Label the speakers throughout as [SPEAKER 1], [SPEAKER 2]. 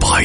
[SPEAKER 1] 百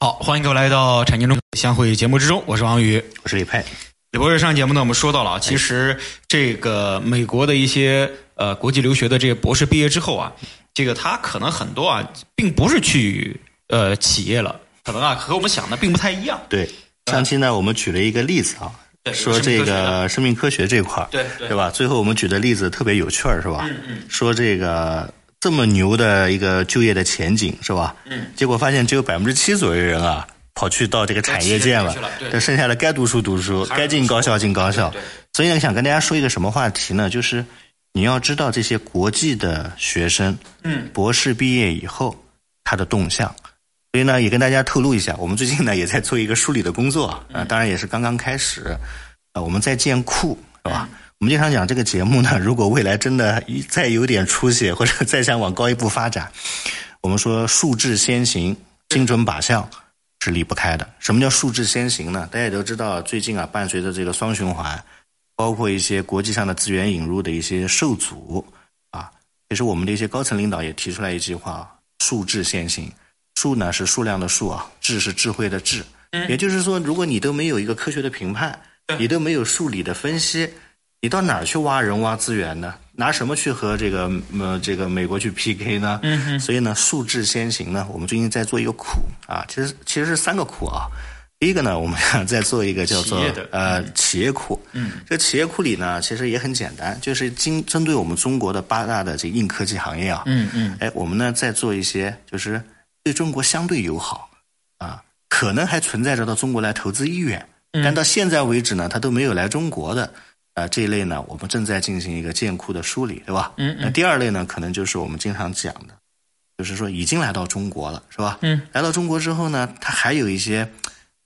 [SPEAKER 2] 好，欢迎各位来到《产经中国相会》节目之中，我是王宇。
[SPEAKER 3] 我是李佩，
[SPEAKER 2] 李博士，上节目呢，我们说到了啊，其实这个美国的一些呃国际留学的这些博士毕业之后啊，这个他可能很多啊，并不是去呃企业了，可能啊和我们想的并不太一样。
[SPEAKER 3] 对，上期呢我们举了一个例子啊，
[SPEAKER 2] 对
[SPEAKER 3] 说这个生命科学这块儿，
[SPEAKER 2] 对对
[SPEAKER 3] 吧？最后我们举的例子特别有趣儿，是吧？嗯嗯，说这个这么牛的一个就业的前景，是吧？嗯，结果发现只有百分之七左右的人啊。跑去到这个产业界了
[SPEAKER 2] 到企业界去了，对
[SPEAKER 3] 这剩下的该读书读书，
[SPEAKER 2] 是
[SPEAKER 3] 该进高校进高校
[SPEAKER 2] 对对对。
[SPEAKER 3] 所以呢，想跟大家说一个什么话题呢？就是你要知道这些国际的学生，
[SPEAKER 2] 嗯，
[SPEAKER 3] 博士毕业以后他的动向。所以呢，也跟大家透露一下，我们最近呢 也在做一个梳理的工作啊、呃当然也是刚刚开始。啊、我们在建库，是吧？我们经常讲这个节目呢， 如果未来真的一再有点出息， 或者再想往高一步发展，我们说数字先行、精准靶向是离不开的。什么叫数字先行呢？大家也都知道，最近啊，伴随着这个双循环，包括一些国际上的资源引入的一些受阻啊，其实我们的一些高层领导也提出来一句话：数字先行。数呢是数量的数啊，智是智慧的智。也就是说，如果你都没有一个科学的评判，你都没有数理的分析，你到哪儿去挖人挖资源呢？拿什么去和这个呃这个美国去 PK 呢？嗯、所以呢，数字先行呢，我们最近在做一个苦啊，其实其实是三个苦啊。第一个呢，我们在做一个叫做
[SPEAKER 2] 企业的
[SPEAKER 3] 呃企业库，嗯，这企业库里呢，其实也很简单，就是经针对我们中国的八大的这硬科技行业啊，嗯嗯，哎，我们呢在做一些就是对中国相对友好啊，可能还存在着到中国来投资意愿，但到现在为止呢，他都没有来中国的。啊，这一类呢，我们正在进行一个建库的梳理，对吧？嗯那第二类呢，可能就是我们经常讲的，就是说已经来到中国了，是吧？嗯。来到中国之后呢，它还有一些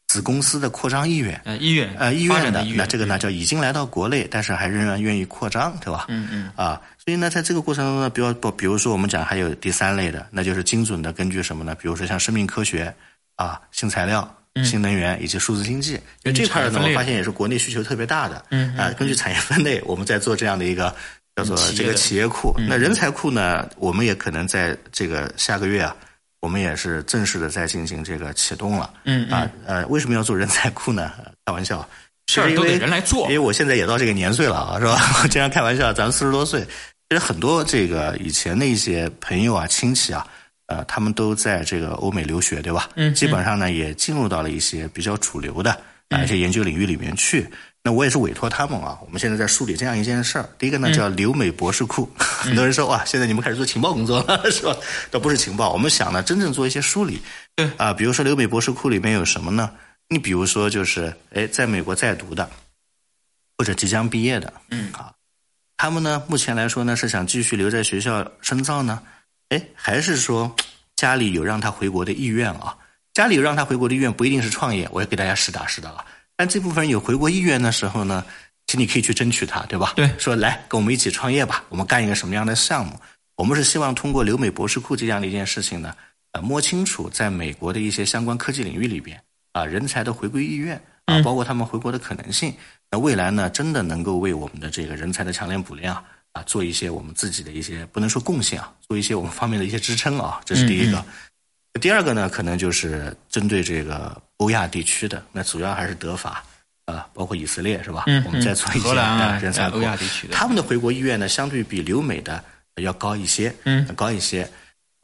[SPEAKER 3] 子公司的扩张意愿，
[SPEAKER 2] 呃，医院
[SPEAKER 3] 呃，医
[SPEAKER 2] 发
[SPEAKER 3] 院
[SPEAKER 2] 展
[SPEAKER 3] 的
[SPEAKER 2] 的医院嗯
[SPEAKER 3] 那这个呢叫已经来到国内，但是还仍然愿意扩张，对吧？嗯嗯。啊，所以呢，在这个过程中呢，比如不，比如说我们讲还有第三类的，那就是精准的根据什么呢？比如说像生命科学啊、新材料。新能源以及数字经济，因为这块儿
[SPEAKER 2] 嗯产业
[SPEAKER 3] 呢，
[SPEAKER 2] 分
[SPEAKER 3] 我
[SPEAKER 2] 类
[SPEAKER 3] 发现也是国内需求特别大的。嗯啊，根据产业分类，我们在做这样的一个叫做
[SPEAKER 2] 企业
[SPEAKER 3] 这个
[SPEAKER 2] 的
[SPEAKER 3] 企业嗯库。那人才库呢，我们也可能在这个下个月啊，我们也是正式的在进行这个启动了。嗯啊呃，为什么要做人才库呢？呃开玩笑，
[SPEAKER 2] 事儿
[SPEAKER 3] 是因
[SPEAKER 2] 都得
[SPEAKER 3] 为
[SPEAKER 2] 人来做
[SPEAKER 3] 因为我现在也到这个年岁了啊，是吧？ 我经常开玩笑，咱们四十多岁，其实很多这个以前的一些朋友啊、亲戚啊，呃，他们都在这个欧美留学，对吧？嗯，基本上呢也进入到了一些比较主流的
[SPEAKER 2] 嗯
[SPEAKER 3] 啊一些研究领域里面去。那我也是委托他们啊，我们现在在梳理这样一件事儿。第一
[SPEAKER 2] 嗯
[SPEAKER 3] 个呢叫留美博士库， 很多人说哇，现在你们开始做情报工作了， 是吧？倒不是情报，我们想呢真正做一些梳理。对啊，比如说留美博士库里面有什么呢？你比如说就是哎，在美国在读的，或者即将毕业的，嗯啊，他们呢目前来说呢是想继续留在学校深造呢，哎，还是说家里有让他回国的意愿啊？家里有让他回国的意愿不一定是创业，我也给大家实打实的了。啊但这部分人有回国意愿的时候呢，其实你可以去争取他，对吧？
[SPEAKER 2] 对
[SPEAKER 3] 说来跟我们一起创业吧，我们干一个什么样的项目？我们是希望通过留美博士库这样的一件事情呢，呃，摸清楚在美国的一些相关科技领域里边啊，人才的回归意愿啊，包括他们回国的可能性。那未来呢，真的能够为我们的这个人才的强链补链啊，啊，做一些我们自己的一些不能说贡献啊，做一些我们方面的一些支撑啊，这是第一个。
[SPEAKER 2] 嗯
[SPEAKER 3] 第二个呢，可能就是针对这个欧亚地区的，那主要还是德法啊，包括以色列是吧？嗯，我们再做一些
[SPEAKER 2] 荷兰啊
[SPEAKER 3] 呃人才
[SPEAKER 2] 在
[SPEAKER 3] 库
[SPEAKER 2] 欧亚地区的
[SPEAKER 3] 他们的回国意愿呢，相对比留美的要高一些，嗯，高一些。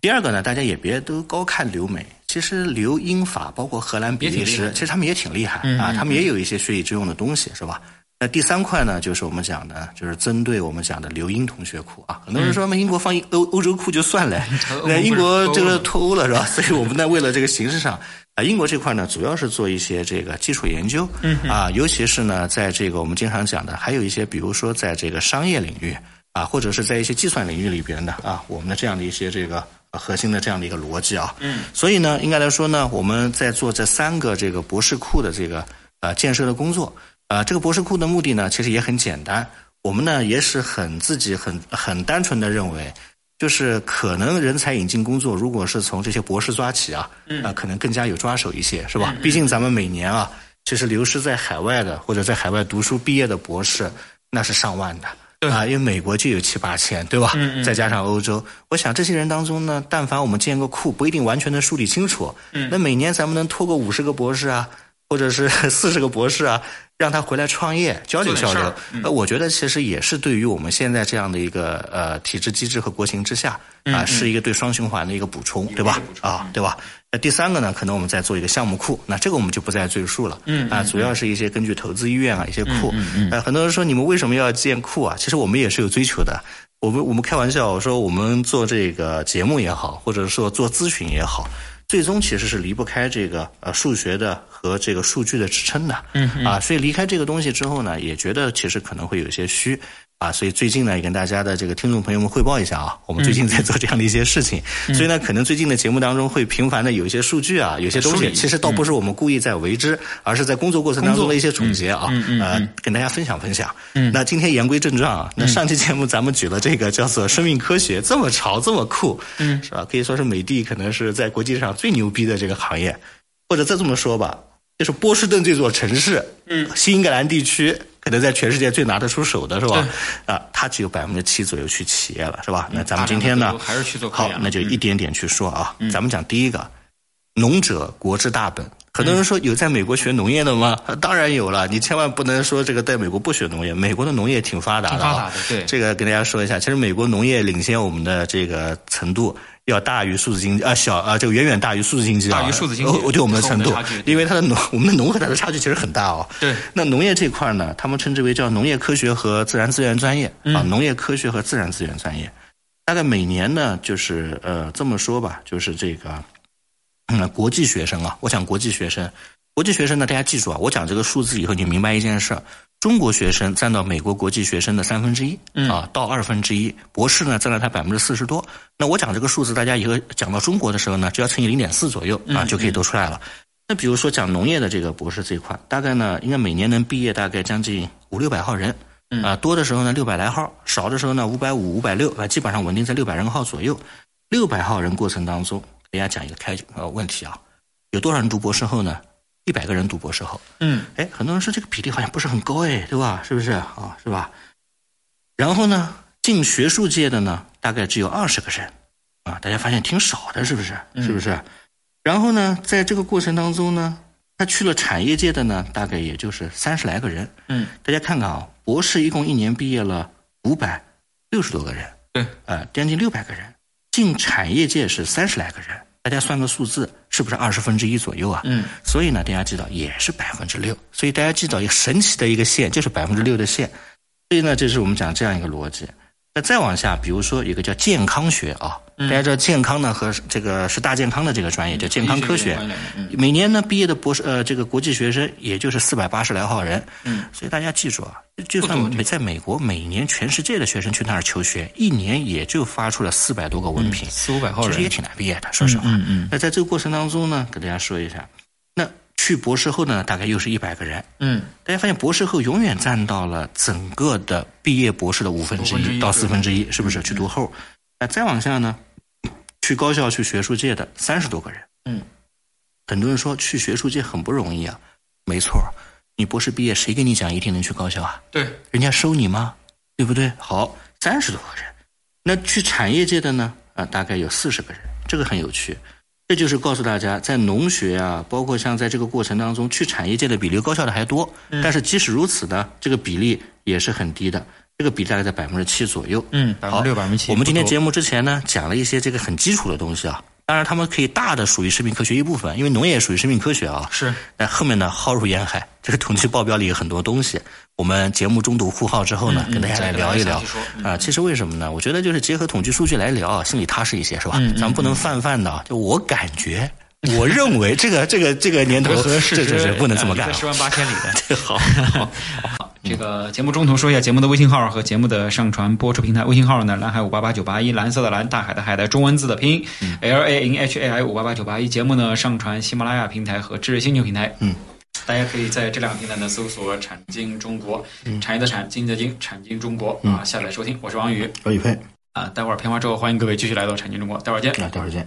[SPEAKER 3] 第二个呢，大家也别都高看留美，其实留英法包括荷兰、比利
[SPEAKER 2] 也挺厉害嗯
[SPEAKER 3] 时
[SPEAKER 2] 的，
[SPEAKER 3] 其实他们也挺厉害啊，他们也有一些学以致用的东西，是吧？那第三块呢，就是我们讲的，就是针对我们讲的留英同学库啊。很多人
[SPEAKER 2] 嗯
[SPEAKER 3] 说，那英国放英欧欧洲库就算 了，那英国这个脱欧了是吧？ 所以我们呢，为了这个形式上啊，英国这块呢，主要是做一些这个基础研究啊，尤其是呢，在这个我们经常讲的，还有一些比如说在这个商业领域啊，或者是在一些计算领域里边的啊，我们的这样的一些这个呃核心的这样的一个逻辑啊。嗯。所以呢，应该来说呢，我们在做这三个这个博士库的这个呃建设的工作。啊、呃，这个博士库的目的呢，其实也很简单。我们呢也是很自己很很单纯的认为，就是可能人才引进工作，如果是从这些博士抓起啊，
[SPEAKER 2] 嗯
[SPEAKER 3] 啊、呃，可能更加有抓手一些，是吧？毕竟咱们每年啊，其实流失在海外的或者在海外读书毕业的博士，那是上万的。啊，因为美国就有七八千，对吧？
[SPEAKER 2] 嗯嗯
[SPEAKER 3] 再加上欧洲，我想这些人当中呢，但凡我们建个库，不一定完全能梳理清楚。
[SPEAKER 2] 嗯
[SPEAKER 3] 那每年咱们能拖个五十个博士啊，或者是四十个博士啊，让他回来创业，交流
[SPEAKER 2] 做
[SPEAKER 3] 交
[SPEAKER 2] 点事儿
[SPEAKER 3] 流。呃，我觉得其实也是对于我们现在这样的一个呃体制机制和国情之下啊、是一个对双循环的一个补充，对吧？啊，对吧？那第三个呢，可能我们再做一个项目库，那这个我们就不再赘述了。
[SPEAKER 2] 嗯
[SPEAKER 3] 啊，主要是一些根据投资意愿啊，一些库。呃，很多人说你们为什么要建库啊？其实我们也是有追求的。我们我们开玩笑我说，我们做这个节目也好，或者说做咨询也好，最终其实是离不开这个呃数学的和这个数据的支撑的。嗯啊，所以离开这个东西之后呢，也觉得其实可能会有一些虚。啊，所以最近呢，也跟大家的这个听众朋友们汇报一下啊，我们最
[SPEAKER 2] 嗯
[SPEAKER 3] 近在做这样的一些事情，所以呢，可能最近的节目当中会频繁的有一些数据啊，有些东
[SPEAKER 2] 梳
[SPEAKER 3] 西，
[SPEAKER 2] 理
[SPEAKER 3] 其实倒不是我们故意在为之，而是在工作过程当中的一些总结啊，呃，跟大家分享分享。那今天言归正传啊，那上期节目咱们举了这个叫做生命科学，这么潮，这么酷，是吧？可以说是美的可能是在国际上最牛逼的这个行业，或者再这么说吧，就是波士顿这座城市，嗯，新英格兰地区可能在全世界最拿得出手的是吧？啊，它只有百分之七左右去企业了，是吧？那咱们今天
[SPEAKER 2] 大
[SPEAKER 3] 呢
[SPEAKER 2] 量，的还是去做科
[SPEAKER 3] 好
[SPEAKER 2] 研，
[SPEAKER 3] 那就一点点去说啊。
[SPEAKER 2] 嗯
[SPEAKER 3] 咱们讲第一个，农者国之大本。很多人说有在美国学农业的吗？ 当然有了，你千万不能说这个在美国不学农业，美国的农业挺发达的、啊，
[SPEAKER 2] 挺发达的对
[SPEAKER 3] 这个跟大家说一下，其实美国农业领先我们的这个程度要大于数字经济啊，小啊，这个远远大于数字经济啊，
[SPEAKER 2] 大于数字经济
[SPEAKER 3] 哦对我们的程
[SPEAKER 2] 和
[SPEAKER 3] 度
[SPEAKER 2] 我们的差距，
[SPEAKER 3] 因为它的农我们的农和它的差距其实很大哦。
[SPEAKER 2] 对
[SPEAKER 3] 那农业这块呢，他们称之为叫农业科学和自然资源专业、啊，农业科学和自然资源专业。大概每年呢，就是呃这么说吧，就是这个，嗯，国际学生啊，我讲国际学生，国际学生呢，大家记住啊，我讲这个数字以后，你明白一件事儿：中国学生占到美国国际学生的三分之一啊，到二分之一，博士呢占了他百分之四十多。那我讲这个数字，大家以后讲到中国的时候呢，只要乘以零点四左右啊，就可以得出来了。那比如说讲农业的这个博士这一块，大概呢，应该每年能毕业大概将近五六百号人，啊，多的时候呢六百来号，少的时候呢五百五、五百六，啊，基本上稳定在六百人号左右。六百号人过程当中，给大家讲一个开呃问题啊，有多少人读博士后呢？一百个人读博士后，
[SPEAKER 2] 嗯，
[SPEAKER 3] 哎，很多人说这个比例好像不是很高，哎，对吧？是不是啊？是吧？然后呢，进学术界的呢，大概只有二十个人，啊，大家发现挺少的，是不是？是不是？然后呢，在这个过程当中呢，他去了产业界的呢，大概也就是三十来个人。
[SPEAKER 2] 嗯，
[SPEAKER 3] 大家看看啊，博士一共一年毕业了五百六十多个人，
[SPEAKER 2] 对，
[SPEAKER 3] 呃，将近六百个人，进产业界是三十来个人。大家算个数字，是不是二十分之一左右啊？
[SPEAKER 2] 嗯，
[SPEAKER 3] 所以呢，大家记到也是百分之六，所以大家记到一个神奇的一个线，就是百分之六的线。所以呢，这是我们讲这样一个逻辑。那再往下，比如说有一个叫健康学啊，大家知道健康呢和这个是大健康的这个专业叫健康科学
[SPEAKER 2] 嗯嗯嗯嗯，
[SPEAKER 3] 每年呢毕业的博士呃这个国际学生也就是四百八十来号人，嗯，所以大家记住啊，就算美在美国每年全世界的学生去那儿求学，一年也就发出了四百多个文凭，
[SPEAKER 2] 四五百号
[SPEAKER 3] 其实
[SPEAKER 2] 嗯
[SPEAKER 3] 也
[SPEAKER 2] 人，
[SPEAKER 3] 挺难毕业的，说实话。
[SPEAKER 2] 嗯嗯
[SPEAKER 3] 那在这个过程当中呢，给大家说一下，那去博士后呢，大概又是一百个人，
[SPEAKER 2] 嗯，
[SPEAKER 3] 大家发现博士后永远占到了整个的毕业博士的五分之
[SPEAKER 2] 五分之
[SPEAKER 3] 一
[SPEAKER 2] 一嗯
[SPEAKER 3] 到四分之一，是不是？去读后，那再往下呢，去高校去学术界的三十多个人，
[SPEAKER 2] 嗯，
[SPEAKER 3] 很多人说去学术界很不容易啊，没错儿，你博士毕业谁跟你讲一定能去高校啊？
[SPEAKER 2] 对，
[SPEAKER 3] 人家收你吗？对不对？好，三十多个人，那去产业界的呢？啊，大概有四十个人，这个很有趣。这就是告诉大家，在农学啊，包括像在这个过程当中，去产业界的比留高校的还多。但是即使如此呢，这个比例也是很低的，这个比大概在百分之七左右。
[SPEAKER 2] 嗯，百分
[SPEAKER 3] 好
[SPEAKER 2] 之六百分之七，
[SPEAKER 3] 我们今天
[SPEAKER 2] 不多
[SPEAKER 3] 节目之前呢，讲了一些这个很基础的东西啊，当然，他们可以大的属于生命科学一部分，因为农业也属于生命科学啊。
[SPEAKER 2] 是，
[SPEAKER 3] 但后面呢，浩如烟海，这个统计报表里有很多东西。我们节目中途互号之后呢，
[SPEAKER 2] 嗯
[SPEAKER 3] 跟大家
[SPEAKER 2] 再
[SPEAKER 3] 来
[SPEAKER 2] 跟大
[SPEAKER 3] 聊
[SPEAKER 2] 家
[SPEAKER 3] 一
[SPEAKER 2] 详
[SPEAKER 3] 聊
[SPEAKER 2] 细说嗯
[SPEAKER 3] 啊。其实为什么呢？我觉得就是结合统计数据来聊啊，心里踏实一些，是
[SPEAKER 2] 嗯
[SPEAKER 3] 吧？咱们不能泛泛的啊，就我感觉，我认为这个这个这个年头，
[SPEAKER 2] 和和事
[SPEAKER 3] 这
[SPEAKER 2] 实
[SPEAKER 3] 这这不能这么干啊。
[SPEAKER 2] 十万八千里 的。
[SPEAKER 3] 这好，
[SPEAKER 2] 好， 这个节目中途说一下节目的微信号和节目的上传播出平台。微信号呢，蓝海五八八九八一，蓝色的蓝，大海的海的中文字的拼音、l
[SPEAKER 3] 嗯
[SPEAKER 2] A N H A I 五八八九八一。节目呢上传喜马拉雅平台和知识星球平台。
[SPEAKER 3] 嗯。
[SPEAKER 2] 大家可以在这两个平台呢搜索“产经中国”，
[SPEAKER 3] 嗯
[SPEAKER 2] 产业的产，经济的经，产经中国啊，下载收听。我是王宇
[SPEAKER 3] 我宇佩，
[SPEAKER 2] 啊，待会儿片花之后，欢迎各位继续来到产经中国，待会儿见。
[SPEAKER 3] 那待会儿见。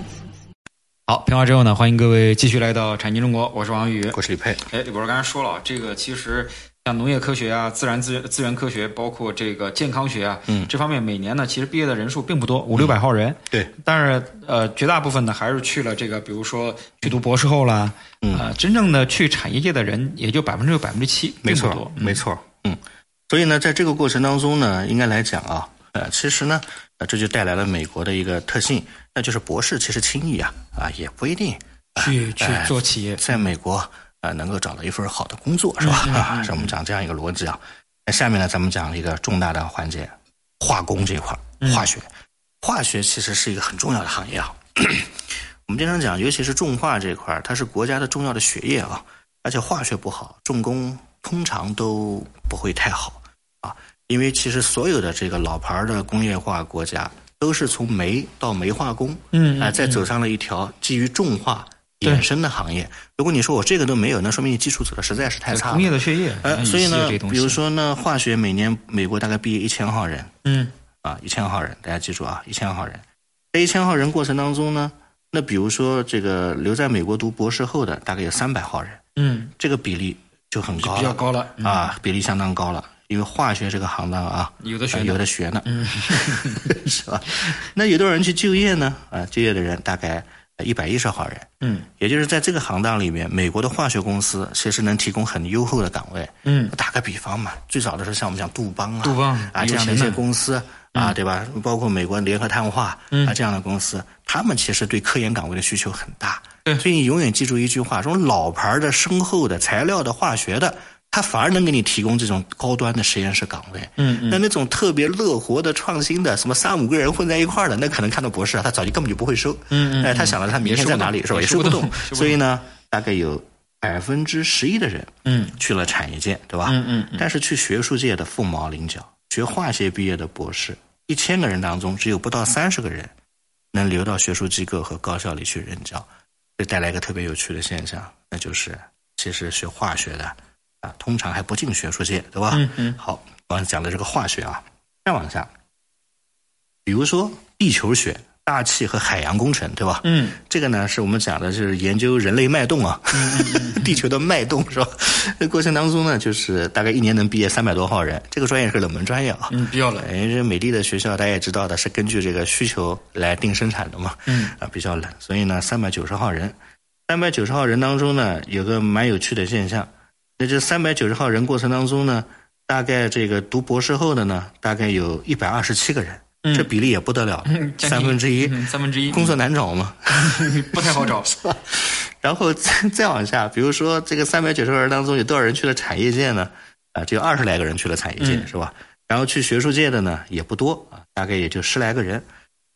[SPEAKER 2] 好，片花之后呢，欢迎各位继续来到产经中国，我是王宇，
[SPEAKER 3] 我是李佩，
[SPEAKER 2] 哎，李博士刚才说了，这个其实像农业科学啊、自然资源资源科学，包括这个健康学啊，
[SPEAKER 3] 嗯
[SPEAKER 2] 这方面每年呢，其实毕业的人数并不多，五六百号人。
[SPEAKER 3] 对，
[SPEAKER 2] 但是呃，绝大部分呢还是去了这个，比如说去读博士后啦，
[SPEAKER 3] 嗯
[SPEAKER 2] 呃，真正的去产业界的人也就百分之六、百分之七，
[SPEAKER 3] 没
[SPEAKER 2] 并不
[SPEAKER 3] 错
[SPEAKER 2] 多，
[SPEAKER 3] 没错，嗯。所以呢，在这个过程当中呢，应该来讲啊，呃，其实呢，呃，这就带来了美国的一个特性，那就是博士其实轻易啊啊也不一定
[SPEAKER 2] 去去做企业，
[SPEAKER 3] 在美国呃能够找到一份好的工作，是吧？
[SPEAKER 2] 嗯
[SPEAKER 3] 啊， 是我们讲这样一个逻辑啊。那下面呢，咱们讲一个重大的环节，化工这一块儿，
[SPEAKER 2] 嗯
[SPEAKER 3] 化学，化学其实是一个很重要的行业啊。 我们经常讲，尤其是重化这一块儿，它是国家的重要的学业啊，而且化学不好，重工通常都不会太好啊，因为其实所有的这个老牌儿的工业化国家。都是从煤到煤化工，
[SPEAKER 2] 嗯嗯
[SPEAKER 3] 啊、再走上了一条基于重化衍生的行业。如果你说我这个都没有，那说明你基础走的实在是太
[SPEAKER 2] 对
[SPEAKER 3] 差了。
[SPEAKER 2] 工业的血液，
[SPEAKER 3] 呃，所以
[SPEAKER 2] 你记得
[SPEAKER 3] 呢
[SPEAKER 2] 这东，西
[SPEAKER 3] 比如，说呢，化学每年美国大概毕业一千号人
[SPEAKER 2] 嗯
[SPEAKER 3] 啊，一千号人，大家记住啊，一千号人。这一千号人过程当中呢，那比如说这个留在美国读博士后的大概有三百号人，
[SPEAKER 2] 嗯，
[SPEAKER 3] 这个比例就很高
[SPEAKER 2] 比较
[SPEAKER 3] 了
[SPEAKER 2] 高了，
[SPEAKER 3] 啊，比例相当高了。因为化学这个行当啊，
[SPEAKER 2] 有的
[SPEAKER 3] 呃
[SPEAKER 2] 学呢嗯
[SPEAKER 3] 有的学呢， 是吧？那有多少人去就业呢？啊，就业的人大概一百一十号人，
[SPEAKER 2] 嗯
[SPEAKER 3] 也就是在这个行当里面，美国的化学公司其实能提供很优厚的岗位。
[SPEAKER 2] 嗯，
[SPEAKER 3] 打个比方嘛，最早的时候像我们讲杜邦啊，
[SPEAKER 2] 杜邦
[SPEAKER 3] 啊
[SPEAKER 2] 有
[SPEAKER 3] 这样的
[SPEAKER 2] 钱
[SPEAKER 3] 一些
[SPEAKER 2] 呢
[SPEAKER 3] 公司
[SPEAKER 2] 嗯
[SPEAKER 3] 啊，对吧？包括美国联合碳化啊这样的公司，他们其实对科研岗位的需求很大。
[SPEAKER 2] 对
[SPEAKER 3] 所以你永远记住一句话：这种老牌的、深厚的、材料的、化学的，它反而能给你提供这种高端的实验室岗位。
[SPEAKER 2] 嗯嗯
[SPEAKER 3] 那那种特别乐活的、创新的，什么三五个人混在一块儿的，那可能看到博士啊，他早就根本就不会收。
[SPEAKER 2] 嗯嗯
[SPEAKER 3] 哎，他想了，他明天在哪里是吧？
[SPEAKER 2] 也
[SPEAKER 3] 也
[SPEAKER 2] 收不
[SPEAKER 3] 收不
[SPEAKER 2] 动
[SPEAKER 3] 动
[SPEAKER 2] 也收不动。
[SPEAKER 3] 所以呢，大概有百分之十一的人
[SPEAKER 2] 嗯
[SPEAKER 3] 去了产业界，对吧？
[SPEAKER 2] 嗯嗯嗯
[SPEAKER 3] 但是去学术界的凤毛麟角，学化学毕业的博士，一千个人当中只有不到三十个人能留到学术机构和高校里去任教，这带来一个特别有趣的现象，那就是其实学化学的啊，通常还不进学术界，对吧？
[SPEAKER 2] 嗯嗯
[SPEAKER 3] 好，刚才讲的这个化学啊，再往下，比如说地球学、大气和海洋工程，对吧？
[SPEAKER 2] 嗯，
[SPEAKER 3] 这个呢，是我们讲的，就是研究人类脉动啊，
[SPEAKER 2] 嗯
[SPEAKER 3] 地球的脉动是吧？这过程当中呢，就是大概一年能毕业三百多号人，这个专业是冷门专业啊。
[SPEAKER 2] 嗯，比较冷，
[SPEAKER 3] 因为这美丽的学校大家也知道的，是根据这个需求来定生产的嘛。
[SPEAKER 2] 嗯
[SPEAKER 3] 啊，比较冷，所以呢，三百九十号人，三百九十号人当中呢，有个蛮有趣的现象，那这三百九十号人过程当中呢，大概这个读博士后的呢，大概有一百二十七个人，这比例也不得了，
[SPEAKER 2] 嗯 将近
[SPEAKER 3] 三分之一，
[SPEAKER 2] 嗯三分之一，
[SPEAKER 3] 工作难找嘛。
[SPEAKER 2] 不太好 找，
[SPEAKER 3] 然后再 再往下，比如说这个三百九十个人当中，有多少人去了产业界呢？啊，只有二十来个人去了产业界，
[SPEAKER 2] 嗯
[SPEAKER 3] 是吧？然后去学术界的呢也不多啊，大概也就十来个人。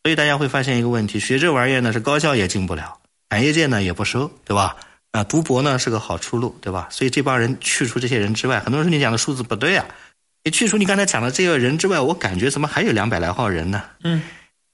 [SPEAKER 3] 所以大家会发现一个问题：学这玩意儿呢是高校也进不了，产业界呢也不收，对吧？啊，读博呢是个好出路，对吧？所以这帮人去除这些人之外，很多人说你讲的数字不对啊。你去除你刚才讲的这个人之外，我感觉怎么还有两百来号人呢？
[SPEAKER 2] 嗯，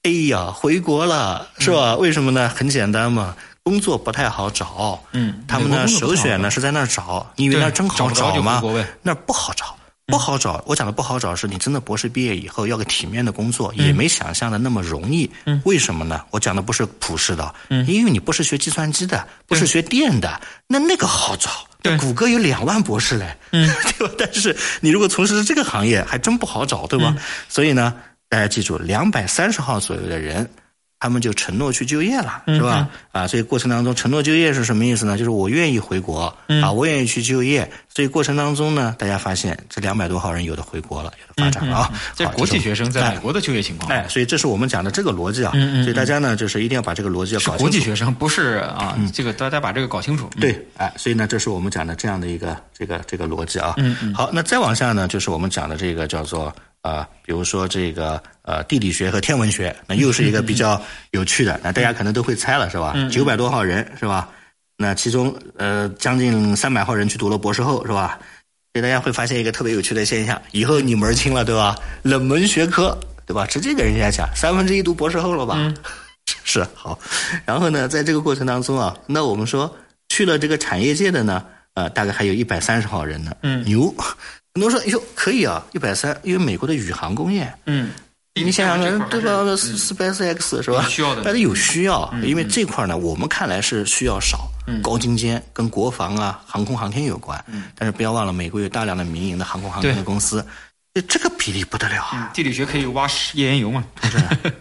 [SPEAKER 3] 哎呀，回国了是吧？为什么呢？很简单嘛，工作不太好找。
[SPEAKER 2] 嗯
[SPEAKER 3] 他们呢
[SPEAKER 2] 美国工作不
[SPEAKER 3] 首
[SPEAKER 2] 好
[SPEAKER 3] 选
[SPEAKER 2] 找
[SPEAKER 3] 呢是在那儿找，你以为
[SPEAKER 2] 对
[SPEAKER 3] 那儿真好
[SPEAKER 2] 找不着就
[SPEAKER 3] 吗
[SPEAKER 2] 回国呗？嗯
[SPEAKER 3] 那儿不好找。不好找，我讲的不好找是你真的博士毕业以后要个体面的工作，
[SPEAKER 2] 嗯
[SPEAKER 3] 也没想象的那么容易。为什么呢？我讲的不是普世的，
[SPEAKER 2] 嗯
[SPEAKER 3] 因为你不是学计算机的，不是学电的，那那个好找。
[SPEAKER 2] 对
[SPEAKER 3] 谷歌有两万博士嘞，嗯， 对吧？但是你如果从事这个行业，还真不好找，对
[SPEAKER 2] 嗯
[SPEAKER 3] 吧？所以呢，大家记住，两百三十号左右的人，他们就承诺去就业了，
[SPEAKER 2] 嗯
[SPEAKER 3] 是吧？啊，所以过程当中承诺就业是什么意思呢？就是我愿意回国，
[SPEAKER 2] 嗯
[SPEAKER 3] 啊，我愿意去就业。所以过程当中呢，大家发现这两百多号人有的回国了，有的发展了啊。
[SPEAKER 2] 这
[SPEAKER 3] 好
[SPEAKER 2] 国际
[SPEAKER 3] 是
[SPEAKER 2] 学生嗯在美国的就业情况，
[SPEAKER 3] 哎，所以这是我们讲的这个逻辑啊。所以大家呢，就是一定要把这个逻辑要
[SPEAKER 2] 是
[SPEAKER 3] 搞清楚。嗯
[SPEAKER 2] 国际学生，不是啊，这个大家把这个搞清楚。嗯，
[SPEAKER 3] 对，哎，所以呢，这是我们讲的这样的一个这个这个逻辑啊。嗯嗯。好，那再往下呢，就是我们讲的这个叫做呃，比如说这个呃地理学和天文学，那又是一个比较有趣的，那大家可能都会猜了是吧？九百多号人是吧？那其中呃将近三百号人去读了博士后是吧？所以大家会发现一个特别有趣的现象，以后你门儿清了对吧？冷门学科对吧？直接给人家讲三分之一读博士后了吧？ 是好，然后呢，在这个过程当中啊，那我们说去了这个产业界的呢，呃，大概还有一百三十号人呢，嗯，牛，很多人说哟可以啊，一百三，因为美国的宇航工业，
[SPEAKER 2] 嗯，
[SPEAKER 3] 你想想看，对吧
[SPEAKER 2] 嗯
[SPEAKER 3] ？Space X 是吧？
[SPEAKER 2] 需要的嗯
[SPEAKER 3] 但是有需要，因为这块呢，我们看来是需要少，高精尖跟国防啊、航空航天有关，但是不要忘了，美国有大量的民营的航空航天的
[SPEAKER 2] 嗯对嗯
[SPEAKER 3] 公司，这个比例不得了啊！
[SPEAKER 2] 地理学可以挖页岩油嘛？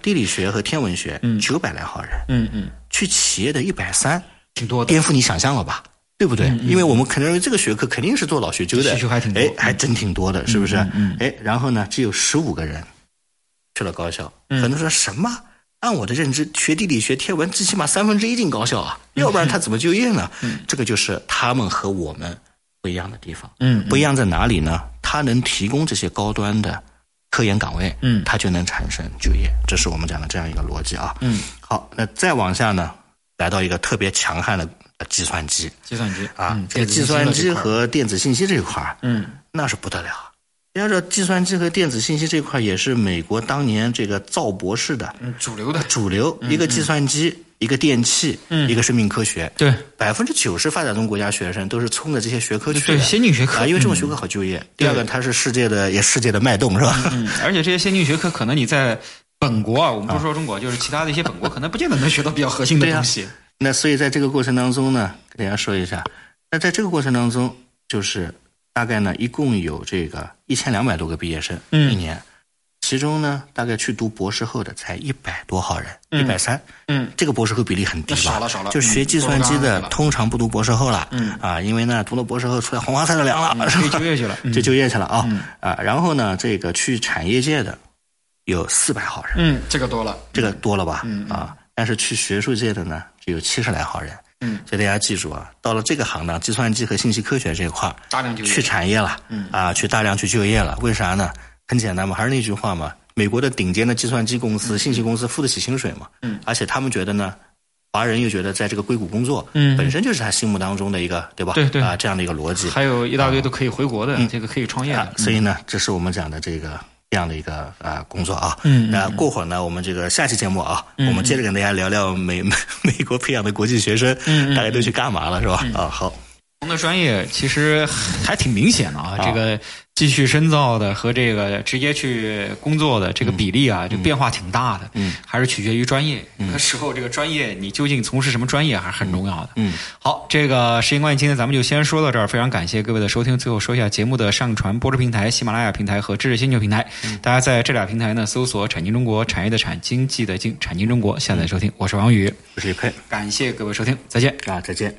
[SPEAKER 3] 地理学和天 文学，九百来号人，
[SPEAKER 2] 嗯嗯，
[SPEAKER 3] 去企业的一百三，
[SPEAKER 2] 挺多的。嗯
[SPEAKER 3] 颠覆你想象了吧？对不对？因为我们可能认为这个学科肯定是做老学究的，
[SPEAKER 2] 需求还挺多
[SPEAKER 3] 哎
[SPEAKER 2] 嗯，
[SPEAKER 3] 还真挺多的，是不是？哎，然后呢，只有十五个人去了高校，
[SPEAKER 2] 嗯
[SPEAKER 3] 很多人说什么？按我的认知，学地理、学天文，最起码三分之一进高校啊，要不然他怎么就业呢？这个就是他们和我们不一样的地方。
[SPEAKER 2] 嗯
[SPEAKER 3] 不一样在哪里呢？他能提供这些高端的科研岗位，
[SPEAKER 2] 嗯
[SPEAKER 3] 他就能产生就业，这是我们讲的这样一个逻辑啊。嗯，好，那再往下呢，来到一个特别强悍的呃计算机
[SPEAKER 2] 计算机
[SPEAKER 3] 啊，
[SPEAKER 2] 嗯
[SPEAKER 3] 这个计算机和电子信息这一块儿，
[SPEAKER 2] 嗯
[SPEAKER 3] 那是不得了。要说计算机和电子信息这块儿也是美国当年这个造博士的
[SPEAKER 2] 嗯主流 的
[SPEAKER 3] 主流，
[SPEAKER 2] 嗯
[SPEAKER 3] 一个计算机，一个电器，一个生命科学，
[SPEAKER 2] 对
[SPEAKER 3] 百分之九十发展中国家学生都是冲着这些学科去的，
[SPEAKER 2] 对先进学科嗯
[SPEAKER 3] 啊，因为这种学科好就业。第二个，它是世界的也世界的脉动，是吧？
[SPEAKER 2] 嗯，而且这些先进学科可能你在本国啊，我们不是说中国，就是其他的一些本国，可能不见得能学到比较核心的
[SPEAKER 3] 对啊
[SPEAKER 2] 东西。
[SPEAKER 3] 那所以在这个过程当中呢，给大家说一下，那在这个过程当中，就是大概呢，一共有这个一千两百多个毕业生，
[SPEAKER 2] 嗯
[SPEAKER 3] 一年，其中呢，大概去读博士后的才一百多号人，一百三，
[SPEAKER 2] 嗯，
[SPEAKER 3] 这个博士后比例很低吧？
[SPEAKER 2] 那少了少了
[SPEAKER 3] 就是学计算
[SPEAKER 2] 嗯
[SPEAKER 3] 机
[SPEAKER 2] 多了
[SPEAKER 3] 的
[SPEAKER 2] 多了
[SPEAKER 3] 通常不读博士后了，
[SPEAKER 2] 嗯
[SPEAKER 3] 啊，因为呢，读了博士后出来黄花菜都凉了，是
[SPEAKER 2] 可以
[SPEAKER 3] 吧
[SPEAKER 2] 就业去 了。嗯
[SPEAKER 3] 就就业去了啊、啊，然后呢，这个去产业界的有四百号人，
[SPEAKER 2] 嗯，这个多了。
[SPEAKER 3] 这个多了吧？
[SPEAKER 2] 嗯
[SPEAKER 3] 啊，但是去学术界的呢，只有七十来号人。
[SPEAKER 2] 嗯，
[SPEAKER 3] 所以大家记住啊，到了这个行当，计算机和信息科学这一块儿，
[SPEAKER 2] 大量就业
[SPEAKER 3] 去产业了，嗯啊，去大量去就业了。为啥呢？很简单嘛，还是那句话嘛，美国的顶尖的计算机公
[SPEAKER 2] 嗯
[SPEAKER 3] 司、信息公司付得起薪水嘛。嗯，而且他们觉得呢。华人又觉得在这个硅谷工作，
[SPEAKER 2] 嗯
[SPEAKER 3] 本身就是他心目当中的一个，对吧？
[SPEAKER 2] 对对
[SPEAKER 3] 啊，这样的一个逻辑。
[SPEAKER 2] 还有一大堆都可以回国的，这个可以创业
[SPEAKER 3] 啊
[SPEAKER 2] 的，。
[SPEAKER 3] 所以呢，这是我们讲的这个这样的一个呃工作啊。
[SPEAKER 2] 嗯嗯
[SPEAKER 3] 那过会儿呢，我们这个下期节目啊，我们接着跟大家聊聊美 美国培养的国际学生，
[SPEAKER 2] 嗯嗯嗯
[SPEAKER 3] 大概都去干嘛了，是吧？啊，好，
[SPEAKER 2] 不同的专业其实还挺明显的啊，这个继续深造的和这个直接去工作的这个比例啊，就变化挺大的。
[SPEAKER 3] 嗯，
[SPEAKER 2] 还是取决于专业。那时候这个专业你究竟从事什么专业还是很重要的。
[SPEAKER 3] 嗯，
[SPEAKER 2] 好，这个时间关系，今天咱们就先说到这儿。非常感谢各位的收听。最后说一下节目的上传播出平台：喜马拉雅平台和知识星球平台。大家在这俩平台呢搜索“产经中国”，产业的产，经嗯济的经，产经中国下载收听。我是王宇，
[SPEAKER 3] 我是李佩
[SPEAKER 2] 感谢各位收听，再见。
[SPEAKER 3] 啊，再见。